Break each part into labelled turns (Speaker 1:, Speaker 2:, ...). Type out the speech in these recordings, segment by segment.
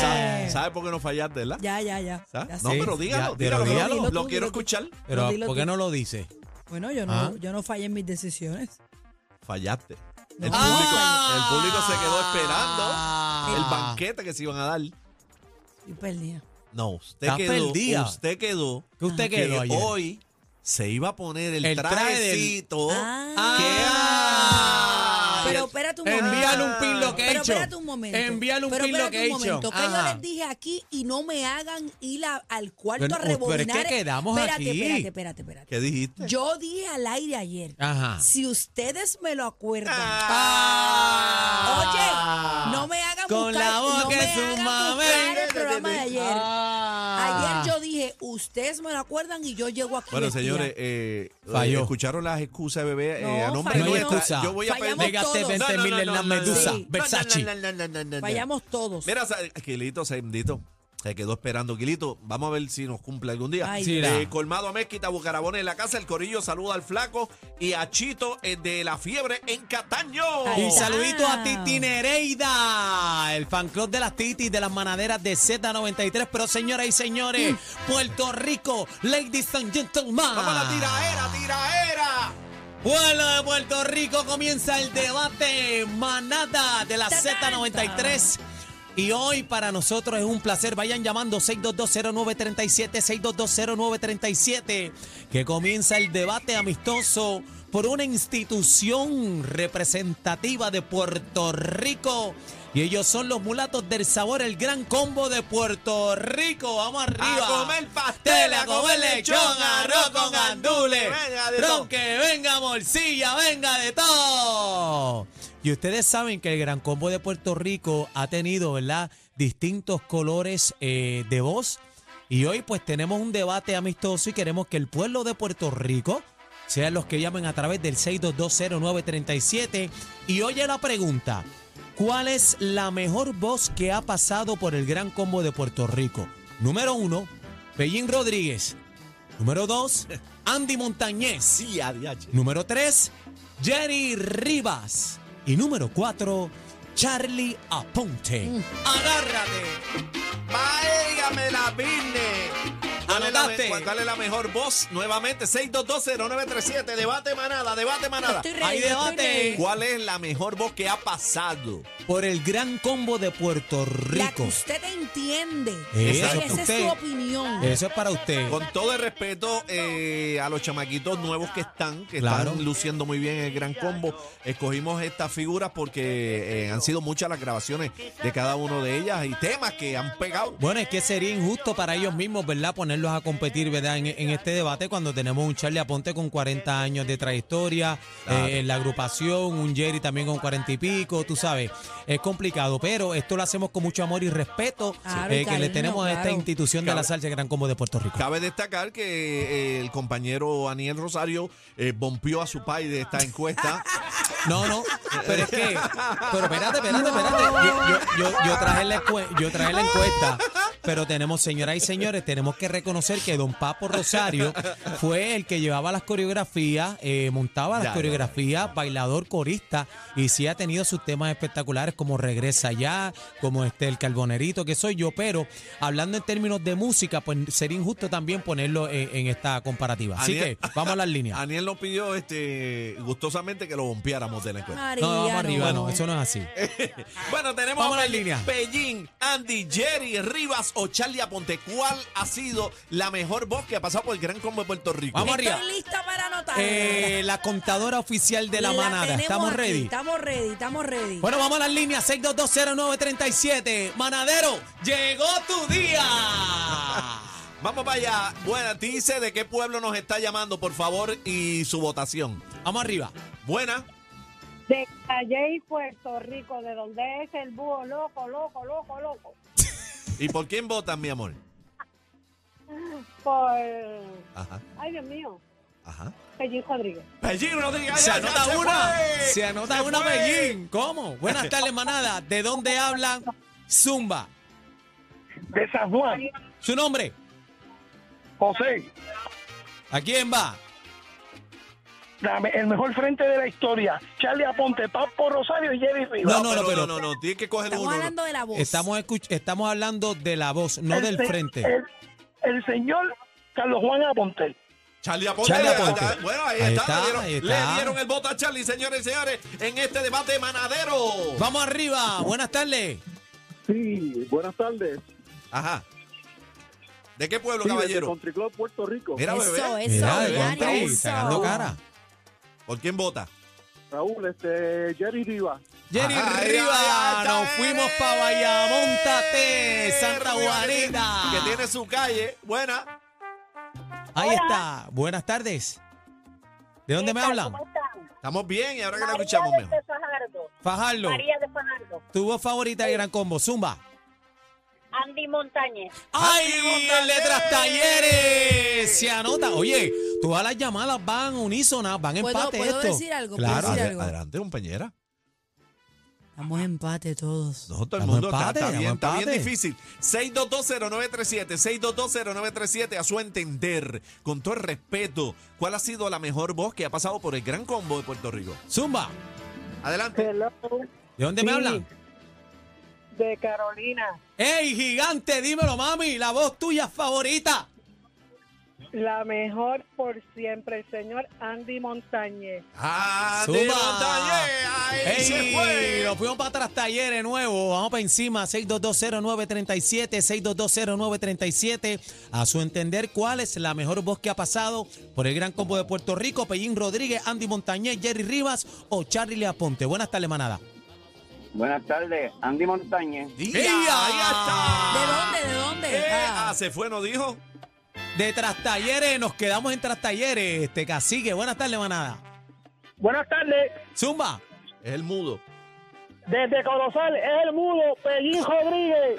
Speaker 1: ¿Sabes sabe por qué no fallaste, verdad?
Speaker 2: Eh. Ya, ya, ya.
Speaker 1: ¿Sabes?
Speaker 2: ya
Speaker 1: no,
Speaker 2: sé.
Speaker 1: pero dígalo,
Speaker 3: ya, pero
Speaker 1: dígalo,
Speaker 3: dilo
Speaker 1: dígalo,
Speaker 2: tú,
Speaker 1: lo
Speaker 2: dilo
Speaker 1: quiero
Speaker 2: tú.
Speaker 1: escuchar.
Speaker 3: Pero,
Speaker 2: dilo
Speaker 3: ¿por qué
Speaker 2: tú.
Speaker 3: no lo dice?
Speaker 2: Bueno, yo no,
Speaker 3: Ah.
Speaker 2: yo no fallé en mis decisiones.
Speaker 1: Fallaste. El,
Speaker 2: No.
Speaker 1: público, el
Speaker 3: Ah.
Speaker 1: público se quedó esperando el
Speaker 3: Ah.
Speaker 1: banquete que se iban a dar.
Speaker 2: Y perdía.
Speaker 1: No, usted
Speaker 3: Está
Speaker 1: quedó.
Speaker 3: perdida.
Speaker 1: Usted quedó.
Speaker 3: ¿Qué usted quedó
Speaker 1: que
Speaker 3: ayer?
Speaker 1: hoy se iba a poner el,
Speaker 3: El traje del-
Speaker 1: trajecito.
Speaker 2: Ah.
Speaker 1: que hay.
Speaker 2: Pero espérate un momento.
Speaker 3: Ah. Envíale un pin
Speaker 1: Pero
Speaker 3: location.
Speaker 2: Pero espérate un momento.
Speaker 3: Envíale un
Speaker 2: Pero
Speaker 3: pin
Speaker 2: espérate un
Speaker 3: location. Ah.
Speaker 2: momento, que
Speaker 3: Ajá.
Speaker 2: yo les dije aquí y no me hagan ir a- al cuarto
Speaker 3: Pero-
Speaker 2: a
Speaker 3: pero es que
Speaker 2: rebobinar.
Speaker 3: quedamos
Speaker 2: espérate,
Speaker 3: aquí.
Speaker 2: Espérate, espérate, espérate.
Speaker 1: ¿Qué dijiste?
Speaker 2: Yo dije al aire ayer,
Speaker 3: Ajá.
Speaker 2: si ustedes me lo acuerdan,
Speaker 3: Ah.
Speaker 2: oye, no me hagan
Speaker 3: Con
Speaker 2: buscar,
Speaker 3: la boca
Speaker 2: no me
Speaker 3: de su
Speaker 2: hagan
Speaker 3: mamá,
Speaker 2: buscar
Speaker 3: ven.
Speaker 2: el programa de ayer.
Speaker 3: Ah.
Speaker 2: Ayer yo dije, ustedes me lo acuerdan y yo llego aquí.
Speaker 1: Bueno,
Speaker 2: vestida.
Speaker 1: señores, eh,
Speaker 3: Falló.
Speaker 1: escucharon las excusas, bebé. eh, a
Speaker 2: No,
Speaker 1: nombre
Speaker 2: falló.
Speaker 3: No hay
Speaker 1: nuestra,
Speaker 3: excusa.
Speaker 1: Yo voy a
Speaker 2: Fallamos
Speaker 1: pedir.
Speaker 3: Pégate
Speaker 2: todos.
Speaker 3: 20
Speaker 1: No, no, no,
Speaker 3: mil en la
Speaker 1: no, no,
Speaker 3: medusa.
Speaker 2: sí.
Speaker 3: Versace.
Speaker 1: No, no, no, no, no, no, no.
Speaker 2: fallamos todos.
Speaker 1: Mira, sa- Quilito, Sendito. Se quedó esperando, Quilito. Vamos a ver si nos cumple algún día.
Speaker 2: Ay,
Speaker 3: Sí,
Speaker 1: Eh,
Speaker 3: la-
Speaker 1: colmado a Mezquita, Bucarabones en la casa. El Corillo saluda al Flaco y a Chito eh, de la Fiebre en Cataño.
Speaker 2: Ahí
Speaker 3: Y
Speaker 2: está.
Speaker 3: saludito a Titi Nereida, el fan club de las Titis de las manaderas de Z93. Pero señoras y señores,
Speaker 2: Mm.
Speaker 3: Puerto Rico, ladies and gentlemen.
Speaker 1: Vamos a la tiraera, tiraera.
Speaker 3: Pueblo de Puerto Rico comienza el debate manada de la Z93. Y hoy para nosotros es un placer. Vayan llamando 6220937, 6220937, que comienza el debate amistoso por una institución representativa de Puerto Rico. Y ellos son los mulatos del sabor, el gran combo de Puerto Rico. Vamos arriba.
Speaker 1: A comer pastel, a comer lechón, arroz con gandules. Venga de todo.
Speaker 3: Ron que venga morcilla, venga de todo. Y ustedes saben que el Gran Combo de Puerto Rico ha tenido, ¿verdad? Distintos colores eh, de voz. Y hoy pues tenemos un debate amistoso y queremos que el pueblo de Puerto Rico sean los que llamen a través del 6220937. Y oye la pregunta, ¿cuál es la mejor voz que ha pasado por el Gran Combo de Puerto Rico? Número uno, Pellín Rodríguez. Número dos, Andy Montañez.
Speaker 1: Sí, adiache.
Speaker 3: Número 3, Jerry Rivas. Y número 4, Charlie Aponte.
Speaker 2: Mm.
Speaker 3: ¡Agárrate!
Speaker 1: Váigame la pine. ¿Cuál es la,
Speaker 3: Anotaste.
Speaker 1: me- cuál- cuál es la mejor voz? Nuevamente, 6220937. Debate manada, debate manada.
Speaker 2: Estoy
Speaker 3: Hay
Speaker 2: ready, estoy
Speaker 3: debate.
Speaker 2: ready.
Speaker 1: ¿Cuál es la mejor voz que ha pasado?
Speaker 3: Por el gran combo de Puerto
Speaker 2: La que
Speaker 3: Rico.
Speaker 2: usted entiende.
Speaker 3: Esa
Speaker 2: Esa,
Speaker 3: es
Speaker 2: es
Speaker 3: usted.
Speaker 2: su opinión.
Speaker 3: Eso es para usted.
Speaker 1: Con todo el respeto eh, a los chamaquitos nuevos que están, que
Speaker 3: Claro.
Speaker 1: están luciendo muy bien en el gran combo, escogimos estas figuras porque eh, han sido muchas las grabaciones de cada uno de ellas y temas que han pegado.
Speaker 3: Bueno, es que sería injusto para ellos mismos, ¿verdad? Ponerlos a competir, ¿verdad? En, en este debate cuando tenemos un Charlie Aponte con 40 años de trayectoria, eh, en la agrupación, un Jerry también con 40 y pico, tú sabes. Es complicado, pero esto lo hacemos con mucho amor y respeto
Speaker 2: Claro,
Speaker 3: eh,
Speaker 2: y
Speaker 3: que le
Speaker 2: cariño,
Speaker 3: tenemos a esta
Speaker 2: claro.
Speaker 3: institución de la salsa Gran Combo de Puerto Rico.
Speaker 1: Cabe destacar que eh, el compañero Aniel Rosario eh, bompió a su país de esta encuesta.
Speaker 3: No, no, pero es que. Pero espérate, espérate, espérate. Yo, yo- yo- yo traje la encue- yo traje la encuesta. Pero tenemos, señoras y señores, tenemos que reconocer que Don Papo Rosario fue el que llevaba las coreografías, eh, montaba las
Speaker 1: Ya, ya,
Speaker 3: coreografías, bailador, corista, y sí ha tenido sus temas espectaculares como Regresa Ya, como este El Carbonerito, que soy yo, pero hablando en términos de música, pues sería injusto también ponerlo eh, en, en esta comparativa. Así
Speaker 1: Aniel-
Speaker 3: que vamos a las líneas.
Speaker 1: Aniel nos pidió este, gustosamente que lo bompeáramos de la encuesta.
Speaker 2: María,
Speaker 3: No, vamos arriba, no, eso no es así.
Speaker 1: Bueno, tenemos
Speaker 3: Vamos a
Speaker 1: a
Speaker 3: las líneas.
Speaker 1: Pellín, Andy, Jerry, Rivas o Charlie Aponte. ¿Cuál ha sido la mejor voz que ha pasado por el Gran Combo de Puerto Rico?
Speaker 3: Vamos. arriba.
Speaker 2: Estoy lista para anotar.
Speaker 3: Eh, la contadora oficial de la, manada.
Speaker 2: tenemos
Speaker 3: ¿Estamos
Speaker 2: aquí,
Speaker 3: ready?
Speaker 2: Estamos ready, estamos ready.
Speaker 3: Bueno, vamos a las líneas 6220937. Manadero, llegó tu día.
Speaker 1: Vamos para allá. Buena, dice de qué pueblo nos está llamando, por favor, y su votación.
Speaker 3: vamos arriba.
Speaker 1: Buena.
Speaker 4: De Calle y Puerto Rico, de donde es el búho loco, loco, loco, loco.
Speaker 1: ¿Y por quién votan, mi amor?
Speaker 4: Por.
Speaker 1: Ajá,
Speaker 4: Ay, Dios mío.
Speaker 1: ajá.
Speaker 4: Pellín Rodríguez.
Speaker 1: Pellín Rodríguez.
Speaker 3: Se
Speaker 1: ya,
Speaker 3: anota
Speaker 1: ya,
Speaker 3: una.
Speaker 1: fue.
Speaker 3: Se anota
Speaker 1: Se
Speaker 3: una,
Speaker 1: fue.
Speaker 3: Bellín. ¿Cómo? Buenas tardes, manada. ¿De dónde hablan? Zumba.
Speaker 5: de San Juan,
Speaker 3: ¿Su nombre?
Speaker 5: José,
Speaker 3: ¿A quién va?
Speaker 5: la me- el mejor frente de la historia. Charlie Aponte, Papo Rosario y Jerry Rivas.
Speaker 3: No, no, no, pero-
Speaker 1: no, no, no, tienes que coger
Speaker 2: Estamos
Speaker 1: uno.
Speaker 2: hablando de la voz.
Speaker 3: Estamos, escuch- estamos hablando de la voz, no
Speaker 5: El
Speaker 3: del
Speaker 5: se-
Speaker 3: frente.
Speaker 5: El, el señor Carlos Juan Aponte.
Speaker 1: Charlie Aponte.
Speaker 3: Charlie Aponte.
Speaker 1: ah, Bueno, ahí,
Speaker 3: Ahí
Speaker 1: está,
Speaker 3: está,
Speaker 1: le, dieron,
Speaker 3: ahí
Speaker 1: le
Speaker 3: está.
Speaker 1: dieron el voto a Charlie, señores y señores, en este debate manadero.
Speaker 3: Vamos arriba, buenas tardes.
Speaker 6: Sí, buenas tardes.
Speaker 1: Ajá. ¿De qué pueblo,
Speaker 6: Sí, desde
Speaker 1: caballero?
Speaker 6: Country Club Puerto Rico.
Speaker 1: Mira,
Speaker 2: eso,
Speaker 1: bebé.
Speaker 2: eso,
Speaker 3: Mira,
Speaker 1: de
Speaker 2: Diario,
Speaker 1: contra ahí,
Speaker 2: eso.
Speaker 3: sacando cara.
Speaker 1: ¿Por quién vota?
Speaker 6: Raúl, este, Jerry Rivas.
Speaker 3: Jenny
Speaker 1: Ajá, ahí, ahí
Speaker 3: Rivas,
Speaker 1: está,
Speaker 3: nos
Speaker 1: Jerry.
Speaker 3: fuimos para Bayamóntate, Santa
Speaker 1: Rivas, que
Speaker 3: Juanita.
Speaker 1: tiene- Que tiene su calle. Buena.
Speaker 3: Ahí está, buenas tardes. ¿De dónde me hablan?
Speaker 4: ¿Cómo están?
Speaker 1: Estamos bien y ahora que la
Speaker 4: María
Speaker 1: escuchamos
Speaker 4: de
Speaker 1: mejor.
Speaker 4: Fajardo.
Speaker 3: Fajardo,
Speaker 4: María de Fajardo.
Speaker 3: tu voz favorita de Gran Combo, Zumba.
Speaker 4: Andy Montañez.
Speaker 3: ¡Ay,
Speaker 1: Aquí,
Speaker 3: el letras
Speaker 1: Montañez!
Speaker 3: talleres! Se anota. Oye, todas las llamadas van unísonas, van
Speaker 2: ¿Puedo-
Speaker 3: empate
Speaker 2: puedo
Speaker 3: esto.
Speaker 2: decir algo? ¿Puedo
Speaker 3: Claro.
Speaker 2: decir
Speaker 1: Adel-
Speaker 2: algo?
Speaker 1: Adelante, compañera.
Speaker 2: Estamos en empate todos.
Speaker 1: No, todo el
Speaker 3: Estamos
Speaker 1: mundo está-
Speaker 3: empate,
Speaker 1: está, bien, está
Speaker 3: estamos
Speaker 1: bien
Speaker 3: empate.
Speaker 1: difícil. 6220937, 6220937, a su entender, con todo el respeto, ¿cuál ha sido la mejor voz que ha pasado por el Gran Combo de Puerto Rico?
Speaker 3: Zumba,
Speaker 1: Adelante.
Speaker 3: ¿de dónde me
Speaker 4: Sí.
Speaker 3: hablan?
Speaker 4: De Carolina.
Speaker 3: ¡Ey, gigante! Dímelo, mami, la voz tuya favorita.
Speaker 4: La mejor por siempre, el señor Andy Montañez.
Speaker 1: ¡Ah, de
Speaker 3: Zumba.
Speaker 1: Montañez! ¡Ahí
Speaker 3: ¡Ey!
Speaker 1: se fue!
Speaker 3: Nos fuimos para atrás, talleres nuevo. Vamos para encima, 6220937, 6220937. A su entender, ¿cuál es la mejor voz que ha pasado por el Gran Combo de Puerto Rico? Pellín Rodríguez, Andy Montañez, Jerry Rivas o Charlie Leaponte. Buenas tardes, manada.
Speaker 7: Buenas tardes, Andy Montañez.
Speaker 1: ¡Día!
Speaker 3: ¡Ey,
Speaker 2: ¿De
Speaker 1: ¡Ahí
Speaker 2: dónde? ¿De
Speaker 1: está!
Speaker 2: dónde?
Speaker 1: Eh,
Speaker 2: Ah.
Speaker 1: ah, se fue, ¿no dijo?
Speaker 3: De Tras Talleres, nos quedamos en Tras Talleres, este cacique. Buenas tardes, manada.
Speaker 5: Buenas tardes.
Speaker 3: Zumba.
Speaker 1: Es el mudo.
Speaker 5: Desde Corozal, el mudo, Pellín
Speaker 3: Ah,
Speaker 5: Rodríguez.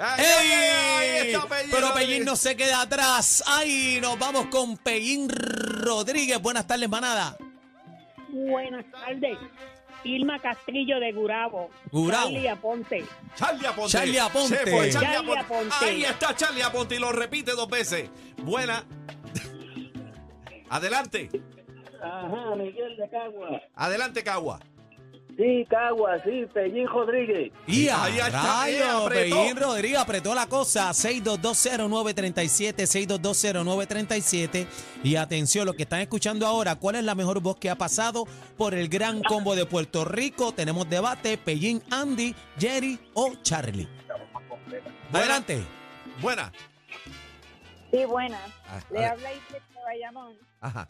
Speaker 1: ¡Ay, ay, ay! Ahí
Speaker 3: ¡Ey!
Speaker 1: está Pellín
Speaker 3: Pero
Speaker 1: Rodríguez.
Speaker 3: Pellín no se queda atrás. ¡Ay! Nos vamos con Pellín Rodríguez. Buenas tardes, manada.
Speaker 4: Buenas tardes. Irma Castillo de Gurabo.
Speaker 3: Gurabo.
Speaker 4: Charlie Aponte.
Speaker 1: Charlie Aponte.
Speaker 3: Charlie Aponte.
Speaker 1: Se fue Charlie,
Speaker 4: Charlie
Speaker 1: Aponte.
Speaker 4: Aponte.
Speaker 1: Ahí está Charlie Aponte y lo repite dos veces. Buena. Adelante.
Speaker 6: Ajá, Miguel de Cagua.
Speaker 1: Adelante, Cagua.
Speaker 6: Sí, Cagua, sí, Pellín Rodríguez.
Speaker 3: Y a
Speaker 1: Ahí está,
Speaker 3: rayos,
Speaker 1: eh, apretó.
Speaker 3: Pellín Rodríguez apretó la cosa. 6220937, 6220937. Y atención, los que están escuchando ahora, ¿cuál es la mejor voz que ha pasado por el gran combo de Puerto Rico? Tenemos debate, Pellín, Andy, Jerry o Charlie. Adelante.
Speaker 1: Buena.
Speaker 4: Sí, buenas.
Speaker 1: Ah,
Speaker 4: Le
Speaker 1: ade-
Speaker 4: habla Isabel de Bayamón.
Speaker 1: Ajá.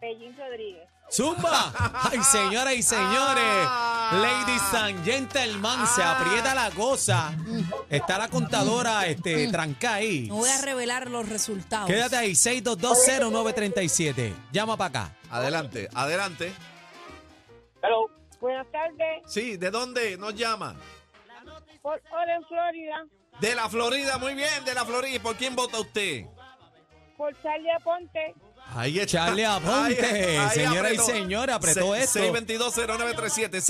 Speaker 4: Pellín Rodríguez.
Speaker 3: ¡Zumba! ¡Ay, señoras y señores!
Speaker 2: Ah.
Speaker 3: Ladies and gentlemen, se aprieta la cosa. Está la contadora este, tranca ahí.
Speaker 2: No voy a revelar los resultados.
Speaker 3: Quédate ahí, 6220937. Llama para acá.
Speaker 1: Adelante, adelante.
Speaker 6: Hello.
Speaker 4: Buenas tardes.
Speaker 1: Sí, ¿de dónde nos llama?
Speaker 4: Por Oren, Florida.
Speaker 1: De la Florida, muy bien, de la Florida. ¿Y por quién vota usted?
Speaker 4: Por Charlie Aponte.
Speaker 1: Ahí está.
Speaker 3: Charlie Aponte,
Speaker 1: Ahí- ahí
Speaker 3: señora y
Speaker 1: apretó.
Speaker 3: señora, apretó
Speaker 1: Se-
Speaker 3: esto.
Speaker 1: 6220937,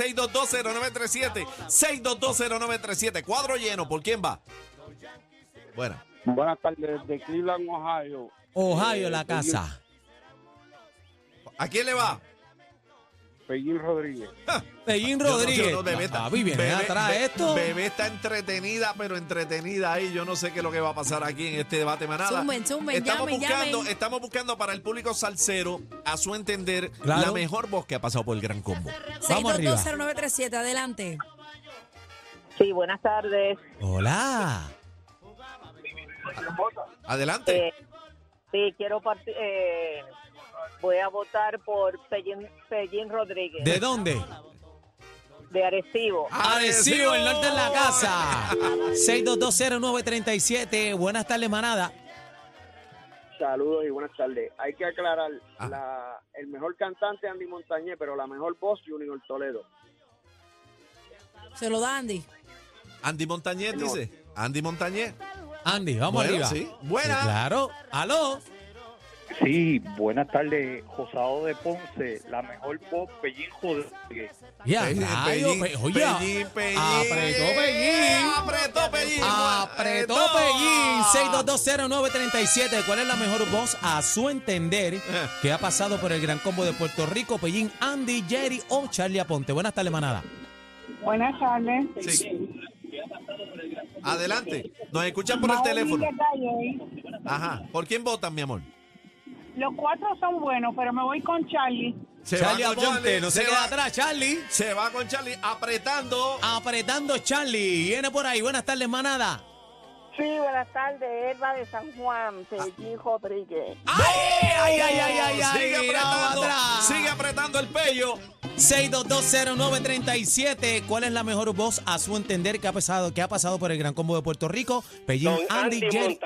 Speaker 1: 6220937, 6220937. Cuadro lleno, ¿por quién va? Buena.
Speaker 6: Buenas tardes, de Cleveland, Ohio.
Speaker 3: Ohio, la casa.
Speaker 1: ¿A quién le va?
Speaker 6: Pellín Rodríguez.
Speaker 3: Pellín
Speaker 1: Yo no-
Speaker 3: Rodríguez.
Speaker 1: yo no, bebé está-
Speaker 3: Papi, viene
Speaker 1: bebé-
Speaker 3: atrás
Speaker 1: be-
Speaker 3: esto.
Speaker 1: Bebé está entretenida, pero entretenida ahí. Yo no sé qué es lo que va a pasar aquí en este debate manada.
Speaker 2: Zumben, zumben,
Speaker 1: estamos
Speaker 2: llamen,
Speaker 1: buscando,
Speaker 2: llamen.
Speaker 1: estamos buscando para el público salsero, a su entender,
Speaker 3: Claro.
Speaker 1: la mejor voz que ha pasado por el Gran Combo.
Speaker 3: Vamos arriba.
Speaker 2: 6220937, adelante.
Speaker 8: Sí, buenas tardes.
Speaker 3: Hola.
Speaker 1: Adelante.
Speaker 8: Eh, sí, quiero parti- eh, voy a votar por Pellín, Pellín Rodríguez
Speaker 3: ¿De
Speaker 8: de,
Speaker 3: dónde?
Speaker 8: Arecibo.
Speaker 3: Arecibo, el norte en la casa. 6220937. Buenas tardes, manada.
Speaker 6: Saludos y buenas tardes. Hay que aclarar,
Speaker 1: Ajá.
Speaker 6: la, el mejor cantante Andy Montañez, pero la mejor voz Junior Toledo.
Speaker 2: Se lo da Andy.
Speaker 1: Andy Montañez
Speaker 6: No.
Speaker 1: dice. Andy Montañez.
Speaker 3: Andy, vamos
Speaker 1: Bueno,
Speaker 3: arriba.
Speaker 1: sí. Buena.
Speaker 3: Sí, Claro. Aló.
Speaker 9: Sí, buenas tardes, Josado de Ponce, la mejor voz, Pellín Rodríguez.
Speaker 3: Ya,
Speaker 1: Pellín,
Speaker 3: rayo,
Speaker 1: Pellín,
Speaker 3: pe- oye,
Speaker 1: Pellín, Pellín.
Speaker 3: apretó Pellín.
Speaker 1: Apretó Pellín.
Speaker 3: Apretó
Speaker 1: ¡Apretó!
Speaker 3: Pellín, 6220937. ¿Cuál es la mejor voz a su entender que ha pasado por el Gran Combo de Puerto Rico? Pellín, Andy, Jerry o Charlie Aponte. Buenas tardes, manada.
Speaker 4: Buenas tardes.
Speaker 1: Sí. Adelante. Nos escuchan por el
Speaker 4: Mauri
Speaker 1: teléfono.
Speaker 4: de Calle.
Speaker 1: Ajá. ¿Por quién votan, mi amor?
Speaker 4: Los cuatro son buenos, pero me voy con Charlie.
Speaker 1: Se
Speaker 3: Charlie
Speaker 1: va con
Speaker 3: Aponte,
Speaker 1: Charlie,
Speaker 3: no se,
Speaker 1: se
Speaker 3: queda
Speaker 1: va-
Speaker 3: atrás, Charlie.
Speaker 1: Se va con Charlie apretando.
Speaker 3: Apretando Charlie. Viene por ahí. Buenas tardes, manada.
Speaker 8: Sí, buenas tardes, Elba de San Juan, Pellín
Speaker 3: Ah.
Speaker 8: Rodríguez.
Speaker 3: ¡Ay, ay, ay, ay, ay! ay
Speaker 1: sigue
Speaker 3: miraba
Speaker 1: apretando.
Speaker 3: atrás.
Speaker 1: Sigue apretando el pello.
Speaker 3: 6220937. ¿Cuál es la mejor voz a su entender que ha pasado, que ha pasado por el Gran Combo de Puerto Rico? Pellín, Andy, Jerry.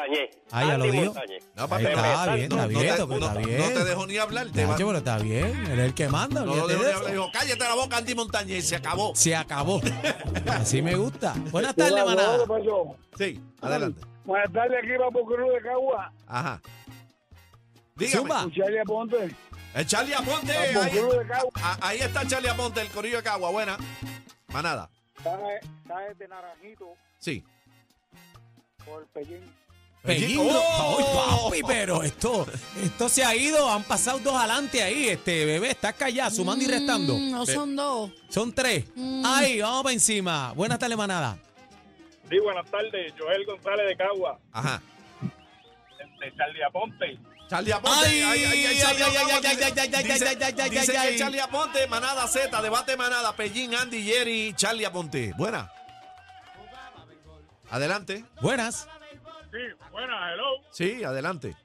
Speaker 3: Ah, ya lo dijo.
Speaker 1: No,
Speaker 3: Ahí
Speaker 1: papi,
Speaker 3: está,
Speaker 1: no,
Speaker 3: bien,
Speaker 1: no
Speaker 3: está
Speaker 1: te-
Speaker 3: bien,
Speaker 1: no-
Speaker 3: está
Speaker 1: no-
Speaker 3: bien.
Speaker 1: no te dejo ni hablar. Te va-
Speaker 3: Nacho, pero está bien. Él es el que manda.
Speaker 1: no lo dejo
Speaker 3: olvídate de
Speaker 1: ni
Speaker 3: eso.
Speaker 1: hablar. Dijo, cállate la boca, Andy Montañez. y Se acabó.
Speaker 3: Se acabó. Así me gusta. Buenas tardes, manada.
Speaker 5: pues.
Speaker 1: Sí, adelante.
Speaker 5: Buenas tardes, aquí va por Cruz de Cagua.
Speaker 1: Ajá. Dígame.
Speaker 3: Zumba.
Speaker 5: Charlie Aponte.
Speaker 1: El Charlie Aponte.
Speaker 5: Vamos,
Speaker 1: Ahí
Speaker 5: Cruz
Speaker 1: está,
Speaker 5: de Cagua.
Speaker 1: a- ahí está Charlie Aponte, el corillo de Cagua. Buena. Manada.
Speaker 5: Estás de Naranjito
Speaker 1: Sí.
Speaker 5: por Pellín.
Speaker 3: Pellín.
Speaker 1: ¡Oh!
Speaker 3: Ay, papi, pero esto, esto se ha ido. Han pasado dos adelante ahí. Este bebé está callado, sumando y restando.
Speaker 2: Mm, no son dos.
Speaker 3: Son tres.
Speaker 2: Mm.
Speaker 3: Ay, vamos para encima. Buenas tardes, manada.
Speaker 9: Sí, buenas tardes, Joel González de Cagua,
Speaker 1: Ajá.
Speaker 9: de Charlie Aponte.
Speaker 1: Charlie Aponte.
Speaker 3: Ay,
Speaker 1: Charlie
Speaker 3: ay, ay,
Speaker 1: Aponte.
Speaker 3: ay, ay, ay, ay,
Speaker 1: Dice-
Speaker 3: ay, ay, ay,
Speaker 1: Dice
Speaker 3: ay,
Speaker 1: que
Speaker 3: ay.
Speaker 1: Charlie Aponte, manada Z, debate manada, Pellín, Andy, Jerry, Charlie Aponte. Buena. Adelante.
Speaker 3: Buenas.
Speaker 9: Sí, buenas, hello.
Speaker 1: Sí, adelante.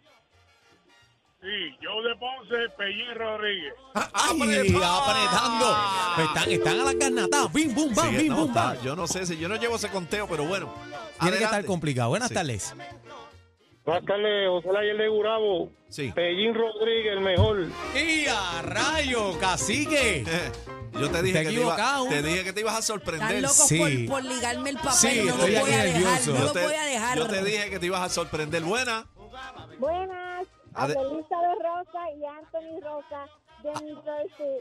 Speaker 9: Sí, Joe de Ponce, Pellín Rodríguez.
Speaker 3: Ay,
Speaker 1: Apretó.
Speaker 3: apretando. Pues Están, están a las carnatas. Bim, bum, bam,
Speaker 1: Sí,
Speaker 3: bim,
Speaker 1: no,
Speaker 3: bum,
Speaker 1: está-
Speaker 3: bam.
Speaker 1: yo no sé si yo no llevo ese conteo, pero bueno.
Speaker 3: Tiene que estar
Speaker 1: Adelante.
Speaker 3: complicado. Buenas
Speaker 1: Sí.
Speaker 3: tardes.
Speaker 9: Buenas tardes, José Layer de Gurabo,
Speaker 1: Sí.
Speaker 9: Pellín Rodríguez, el mejor.
Speaker 3: ¡Y a rayo, cacique!
Speaker 1: Yo te dije,
Speaker 3: Te
Speaker 1: que te, iba-
Speaker 3: equivocado.
Speaker 1: te dije que te ibas a sorprender.
Speaker 2: Están locos
Speaker 3: sí.
Speaker 2: por, por ligarme el papel.
Speaker 3: Sí,
Speaker 2: no lo
Speaker 3: estoy
Speaker 2: voy
Speaker 3: aquí
Speaker 2: a dejar.
Speaker 3: nervioso.
Speaker 2: No
Speaker 1: Yo
Speaker 2: lo
Speaker 1: te-
Speaker 2: voy a dejar.
Speaker 1: Yo te dije que te ibas a sorprender. Buena.
Speaker 3: Ah.
Speaker 4: Buenas,
Speaker 1: Ade-
Speaker 4: de Rosa y Anthony Rosa de este New Jersey.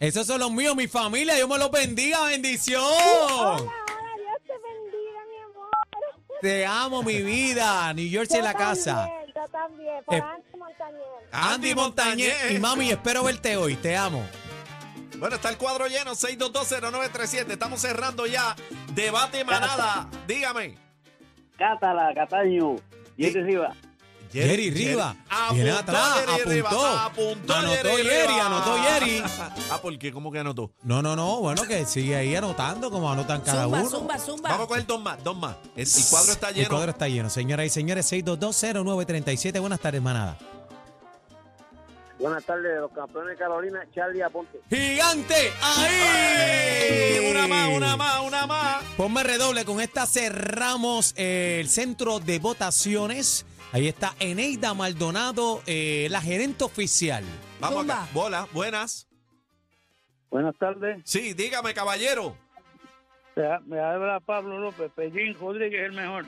Speaker 3: Esos son los míos, mi familia. Dios me los bendiga. ¡Bendición! ¡Oh!
Speaker 4: hola, Dios te bendiga, mi amor.
Speaker 3: Te amo, mi vida. New Jersey en la casa.
Speaker 4: Yo también,
Speaker 3: para Eh.
Speaker 4: Anthony Montañez.
Speaker 3: Andy Montañez. Y mami, espero verte hoy. Te amo.
Speaker 1: Bueno, está el cuadro lleno, 6220937. Estamos cerrando ya. Debate manada. Dígame.
Speaker 7: Cátala, Cataño. Y
Speaker 1: Sí.
Speaker 7: este Riva.
Speaker 3: Jerry Riva.
Speaker 1: Apuntó
Speaker 3: Viene atrás.
Speaker 1: Jerry Riva,
Speaker 3: Apuntó.
Speaker 1: apuntó
Speaker 3: Anotó
Speaker 1: Jerry
Speaker 3: Jerry,
Speaker 1: Riva.
Speaker 3: anotó Jerry.
Speaker 1: ah, ¿por qué? ¿Cómo que anotó?
Speaker 3: No, no, no. Bueno, que sigue ahí anotando como anotan cada
Speaker 2: zumba,
Speaker 3: uno.
Speaker 2: zumba, zumba.
Speaker 1: Vamos a coger dos más, dos más. El, el cuadro está lleno.
Speaker 3: El cuadro está lleno. Señoras y señores, 6220937. Buenas tardes, manada.
Speaker 6: Buenas tardes, los campeones de Carolina, Charlie Aponte.
Speaker 3: ¡Gigante! ¡Ahí!
Speaker 1: Una más, una más, una más.
Speaker 3: Ponme redoble, con esta cerramos eh, el centro de votaciones. Ahí está Eneida Maldonado, eh, la gerente oficial.
Speaker 1: Vamos
Speaker 2: Zumba.
Speaker 1: acá. Bola, buenas.
Speaker 9: Buenas tardes,
Speaker 1: Sí, dígame, caballero.
Speaker 9: me habla Pablo López, Pellín Rodríguez, el mejor.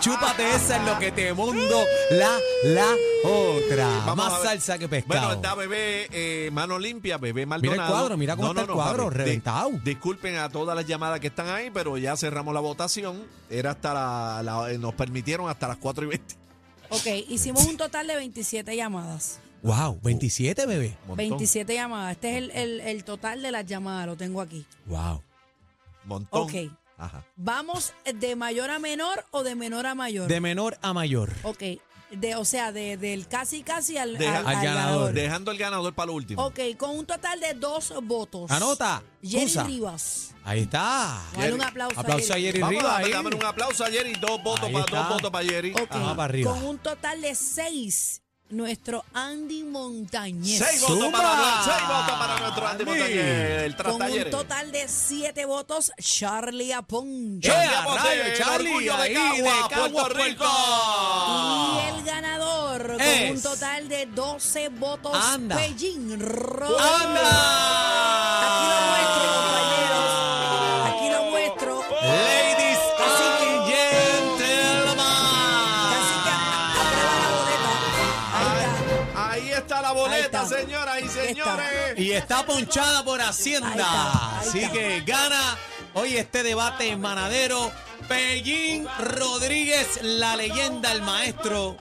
Speaker 3: Chúpate esa en lo que te mundo la, la otra.
Speaker 1: Vamos a
Speaker 3: Más
Speaker 1: ver.
Speaker 3: salsa que
Speaker 1: Bueno,
Speaker 3: pescado.
Speaker 1: está bebé eh, mano limpia, bebé
Speaker 3: mira
Speaker 1: Maldonado.
Speaker 3: el cuadro, mira cómo
Speaker 1: No,
Speaker 3: está
Speaker 1: no,
Speaker 3: el
Speaker 1: no,
Speaker 3: cuadro,
Speaker 1: papi. Di-
Speaker 3: reventado.
Speaker 1: Disculpen a todas las llamadas que están ahí, pero ya cerramos la votación. Era hasta la, la- eh, nos permitieron hasta las 4 y 20.
Speaker 2: Ok, hicimos un total de 27 llamadas.
Speaker 1: oh.
Speaker 3: Wow, 27, bebé.
Speaker 1: Montón,
Speaker 2: 27 llamadas. Este es el, el- el total de las llamadas, lo tengo aquí.
Speaker 3: Wow.
Speaker 1: Montón.
Speaker 2: Ok.
Speaker 1: Ajá.
Speaker 2: ¿Vamos de mayor a menor o de menor a mayor?
Speaker 3: De menor a mayor.
Speaker 2: ok, de, o sea, de- del casi casi al,
Speaker 1: Deja-
Speaker 2: al-
Speaker 3: Al
Speaker 2: al
Speaker 3: ganador.
Speaker 2: ganador.
Speaker 1: Dejando el ganador para lo último.
Speaker 2: Ok, con un total de dos votos.
Speaker 3: Anota.
Speaker 2: Jerry
Speaker 3: Cusa.
Speaker 2: Rivas.
Speaker 3: Ahí está.
Speaker 2: Dale un aplauso,
Speaker 3: Aplauso a Jerry
Speaker 1: Vamos,
Speaker 3: Rivas.
Speaker 1: dame,
Speaker 3: ahí.
Speaker 1: dame un aplauso a Jerry. Dos votos
Speaker 3: Ahí
Speaker 1: para
Speaker 3: está.
Speaker 1: dos votos para Jerry.
Speaker 2: Ok,
Speaker 3: Ajá, Ah, para arriba.
Speaker 2: con un total de seis, nuestro Andy Montañez.
Speaker 1: Seis votos
Speaker 3: Zumba.
Speaker 1: para seis votos para nuestro Andy
Speaker 3: Andy.
Speaker 1: Montañez, el
Speaker 2: Con un
Speaker 1: Trastalleres.
Speaker 2: total de siete votos, Charlie Aponte.
Speaker 1: Charlie
Speaker 3: ¡Ea,
Speaker 1: Aponte,
Speaker 3: rayo,
Speaker 1: el
Speaker 3: Charlie!
Speaker 1: orgullo de
Speaker 3: ahí,
Speaker 1: Cagua, Puerto
Speaker 2: Y el ganador
Speaker 3: Es-
Speaker 2: con un total de 12 votos,
Speaker 3: Anda.
Speaker 2: Pellín Rodríguez. Aquí lo muestro, compañeros.
Speaker 3: ¡Anda!
Speaker 2: Aquí lo muestro.
Speaker 3: Ladies
Speaker 2: Así que-
Speaker 3: and
Speaker 2: Así que aprueba la boleta. Ahí está.
Speaker 1: Ahí está la boleta,
Speaker 2: Ahí está.
Speaker 1: señoras y
Speaker 2: está.
Speaker 1: señores.
Speaker 3: Y está ponchada por
Speaker 2: Ahí está,
Speaker 3: Hacienda.
Speaker 2: ahí
Speaker 3: Así
Speaker 2: está.
Speaker 3: que gana Hoy este debate en Manadero. Pellín Rodríguez, la leyenda, el maestro.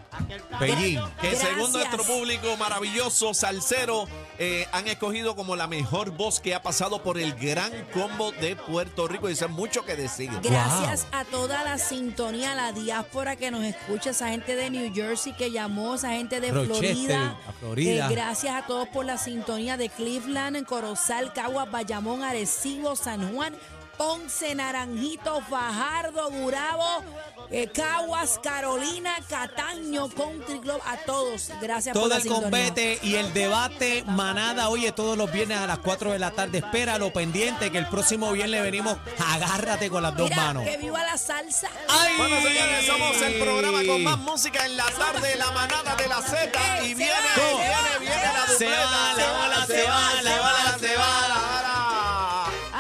Speaker 3: Pellín.
Speaker 1: que
Speaker 2: Gracias.
Speaker 1: según nuestro público maravilloso, Salcero, eh, han escogido como la mejor voz que ha pasado por el gran combo de Puerto Rico. Y eso es mucho que decir.
Speaker 2: Gracias a toda la sintonía, a la diáspora que nos escucha, esa gente de New Jersey que llamó, esa gente de
Speaker 3: Rochester,
Speaker 2: Florida.
Speaker 3: a Florida.
Speaker 2: Eh, gracias a todos por la sintonía de Cleveland, en Corozal, Caguas, Bayamón, Arecibo, San Juan, Ponce, Naranjito, Fajardo, Gurabo, eh, Caguas, Carolina, Cataño, Country Club, a todos. Gracias por
Speaker 3: Todo
Speaker 2: la
Speaker 3: el
Speaker 2: sintonía.
Speaker 3: combate y el debate manada oye todos los viernes a las 4 de la tarde. Espéralo pendiente que el próximo viernes venimos. Agárrate con las dos
Speaker 2: Mira,
Speaker 3: manos.
Speaker 2: que viva la salsa.
Speaker 3: ¡Ay!
Speaker 1: Bueno, señores, somos el programa con más música en la tarde, la manada de la Z. Y viene,
Speaker 2: Se
Speaker 1: viene,
Speaker 2: va, se
Speaker 1: viene,
Speaker 2: va,
Speaker 1: viene la
Speaker 3: Eh, se
Speaker 1: dupleta.
Speaker 3: va, la bola, se va, la bola, se va,
Speaker 1: la bola.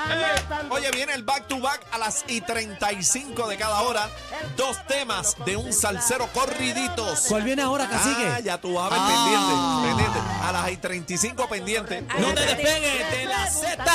Speaker 1: Eh, Oye, viene el back to back a las y 35 de cada hora. Dos temas de un salsero corriditos.
Speaker 3: ¿Cuál viene ahora, cacique?
Speaker 1: Ah, ya tú sabes,
Speaker 3: Ah.
Speaker 1: pendiente, pendiente. A las y 35 pendiente.
Speaker 3: No te despegues de la Z.